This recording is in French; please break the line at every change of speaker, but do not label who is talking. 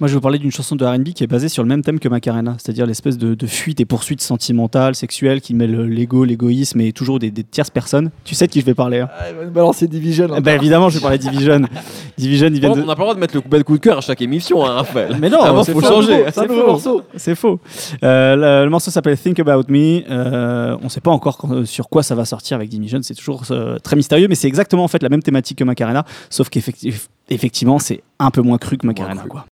Moi, je vais vous parler d'une chanson de RB qui est basée sur le même thème que Macarena, c'est-à-dire l'espèce de, de fuite et poursuite sentimentale, sexuelle, qui mêle l'ego, l'égoïsme et toujours des, des tierces personnes. Tu sais de qui je vais parler. Hein
Ah, il va nous balancer Division.
Eh ben, évidemment, je vais parler de Division. Division, ils
Par
viennent
contre, On
de.
n'a pas le droit de mettre le coup bas de coup de cœur à chaque émission, hein, Raphaël.
Mais non,
Ah bon,
c'est
faut
faux.
changer.
C'est un
hein. C'est
nouveau
faux.
morceau.
C'est faux. Euh, le, le morceau s'appelle Think About Me. Euh, on ne sait pas encore quand- sur quoi ça va sortir avec Division. C'est toujours euh, très mystérieux, mais c'est exactement en fait la même thématique que Macarena, sauf qu'effectivement, c'est un peu moins cru que Macarena.
cru.
quoi.